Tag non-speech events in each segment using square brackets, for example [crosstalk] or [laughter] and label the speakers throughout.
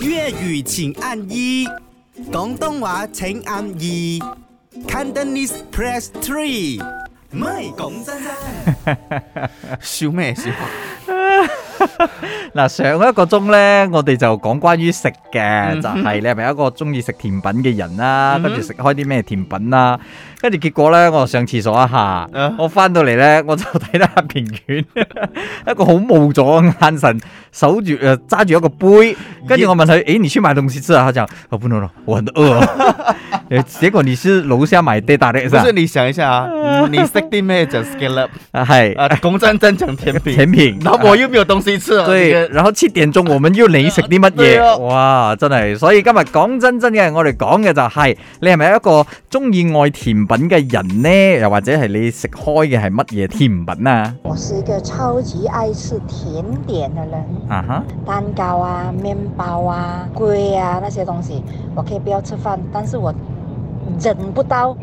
Speaker 1: 粤语请按一，广东话请按二，Cantonese press three。唔系讲真真，
Speaker 2: [laughs]
Speaker 1: 笑咩笑？
Speaker 3: 啊嗱，上一個鐘呢，我哋就講關於食嘅，就係你係咪一個中意食甜品嘅人啦？
Speaker 1: 嗯哼
Speaker 3: 跟住食開啲咩甜品啦？跟住結果呢，我上廁所一下
Speaker 1: 啊，
Speaker 3: 我翻到嚟呢，我就睇到阿平遠 [laughs] 一個好冇咗嘅眼神，守住誒揸住一個杯，跟住我問佢：，誒，你去買東西吃啊？他講：我不能了，我很餓。誒結果你是樓下買的打的是
Speaker 2: 不
Speaker 3: 吧
Speaker 2: 是？你想一下
Speaker 3: [laughs]
Speaker 2: 啊，你识啲咩就 scale up
Speaker 3: 啊係 [laughs]
Speaker 2: 啊，公真真讲甜品，
Speaker 3: 甜品。
Speaker 2: 然后我又没有东西吃 [laughs] 啊，这
Speaker 3: 对，
Speaker 2: 个
Speaker 3: 然后七点鐘我們要你食
Speaker 2: [laughs]
Speaker 3: 啲乜
Speaker 2: 對啊
Speaker 3: 嘢？哇，真係！所以今日講真真嘅，我哋講嘅就係你係咪一個中意愛甜品嘅人呢？又或者係你食開嘅係乜嘢甜品啊？
Speaker 4: 我是一个超级爱吃甜点的人，
Speaker 3: 啊哈，
Speaker 4: 蛋糕啊、面包啊、龟啊那些东西，我可以不要吃饭，但是我忍不到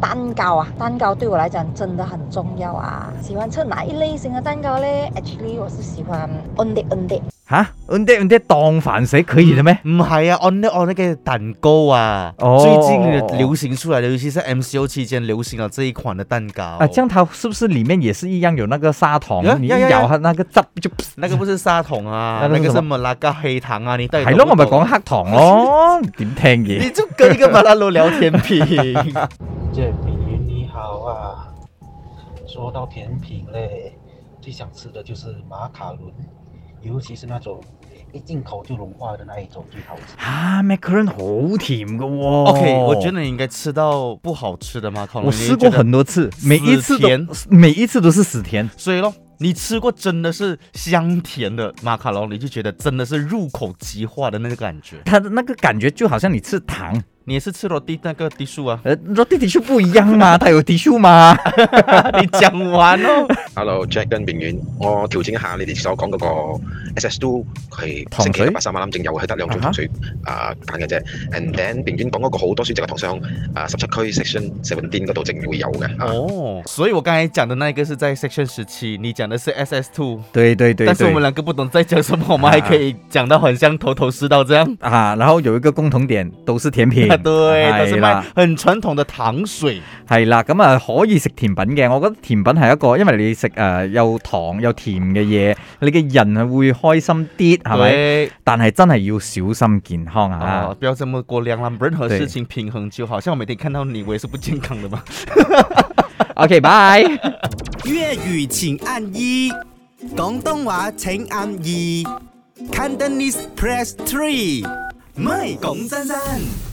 Speaker 4: 蛋糕啊，蛋糕对我来讲真的很重要啊。喜欢吃哪一类型的蛋糕嘞？Actually，我是喜欢 on the on the
Speaker 3: 吓，嗯啲嗯啲當飯食可以嘅咩？
Speaker 2: 唔系啊，按呢按呢嘅蛋糕啊，
Speaker 3: 哦
Speaker 2: 最近流行出来的，尤其是 MCO 期间流行了这一款的蛋糕
Speaker 3: 啊，這樣它是不是裡面也是一樣有那個砂糖？
Speaker 2: 呀
Speaker 3: 你一
Speaker 2: 呀呀
Speaker 3: 咬下那個汁就，
Speaker 2: 那个不是砂糖啊，
Speaker 3: 那
Speaker 2: 那
Speaker 3: 个是
Speaker 2: 个
Speaker 3: 什
Speaker 2: 是麻辣加黑糖啊，你都
Speaker 3: 係咯，我咪講，黑
Speaker 2: [laughs]
Speaker 3: 糖咯，點聽嘢？
Speaker 2: 你就跟一个麻辣佬聊甜 [laughs] 品，哦
Speaker 5: 这品云你好啊，说到甜品嘞，最想吃的就是马卡龙，尤其是那种一进口就融化的那一种最好吃。
Speaker 3: 啊 m a c a r o n 好甜嘅喎。
Speaker 2: OK，我觉得你应该吃到不好吃的马卡龙。
Speaker 3: 我
Speaker 2: 你
Speaker 3: 试
Speaker 2: 觉
Speaker 3: 過
Speaker 2: 得
Speaker 3: 很多次，每一次
Speaker 2: 死甜
Speaker 3: 都每一次都是死甜。
Speaker 2: 所以咯，你吃过真的是香甜的马卡龙，你就觉得真的是入口即化的那个感觉。
Speaker 3: 它的那个感觉就好像你吃糖，，
Speaker 2: 你也是吃了第那个滴数啊
Speaker 3: 呃，落地提 u 不一样嘛，它有提 u 嘛。
Speaker 2: [laughs] 你讲完哦。
Speaker 6: Hello，Jack 跟明遠，我調整一下你哋所講嗰個 SS Two 係
Speaker 3: 糖水
Speaker 6: 星期一八三馬冧正有，係得兩種
Speaker 3: 啊哈
Speaker 6: 糖水啊揀嘅啫。And then 明遠講嗰個好多選擇嘅糖商啊十七區 Section Seventeen 嗰度正會有嘅。
Speaker 2: [laughs]
Speaker 6: 啊
Speaker 2: 哦，所以我刚才讲的那个是在 Section 十七，你讲的是 SS Two，
Speaker 3: 对对对
Speaker 2: 但是我们
Speaker 3: 对。
Speaker 2: 两个不懂在讲什么，我们还可以讲到很像头头是道这样。
Speaker 3: 啊，然後有一個共同點，都是甜品。
Speaker 2: 啊， [laughs] 对，都是
Speaker 3: 係
Speaker 2: 卖
Speaker 3: 啦，
Speaker 2: 很傳統的糖水，
Speaker 3: 係啦，咁啊可以食甜品嘅，我覺得甜品係一個，因為你食誒、呃有糖有甜嘅嘢，你嘅人係會開心啲，係咪？
Speaker 2: 对，
Speaker 3: 但係真係要小心健康
Speaker 2: 啊
Speaker 3: 啊！，
Speaker 2: 不要这么过量啦，任何
Speaker 3: 对
Speaker 2: 事情平衡就好。像我每天看到你，我也是不健康的嘛。
Speaker 3: OK，拜。
Speaker 1: 粤语请按一，广东话请按二，Cantonese press three。唔系讲真真。